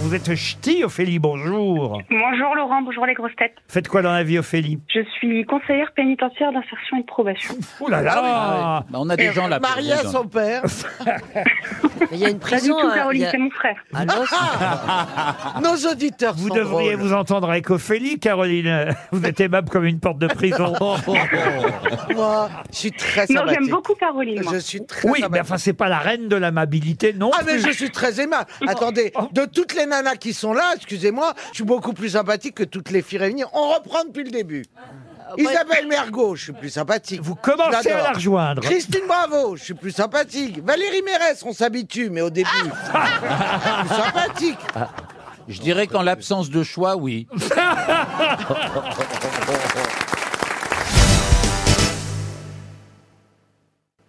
vous êtes ch'ti, Ophélie, bonjour. Bonjour Laurent, bonjour les grosses têtes. Faites quoi dans la vie, Ophélie Je suis conseillère pénitentiaire d'insertion et de probation. Ouh là Ah là Bah, on a des gens là. pour Marié à vous, hein. son père. Mais Il y a une Pas du prison. tout hein, il y Caroline, a- c'est mon frère. Ah non, Nos auditeurs Vous sont devriez drôles. vous entendre avec Ophélie, Caroline. Vous êtes aimable comme une porte de prison. Moi, je suis très Non, sympathique. j'aime beaucoup Caroline. moi. Je suis très oui, mais sympathique. enfin, c'est pas la reine de l'amabilité, non Ah mais plus. je suis très aimable. Attendez, Oh. de toutes les nanas qui sont là, excusez-moi, je suis beaucoup plus sympathique que toutes les filles réunies. On reprend depuis le début. Ah, Isabelle Mergot, je suis plus sympathique. Vous commencez à J'adore. la rejoindre. Christine Bravo, je suis plus sympathique. Valérie Mérès, on s'habitue, mais au début, je suis plus sympathique. Je dirais qu'en l'absence de choix, oui.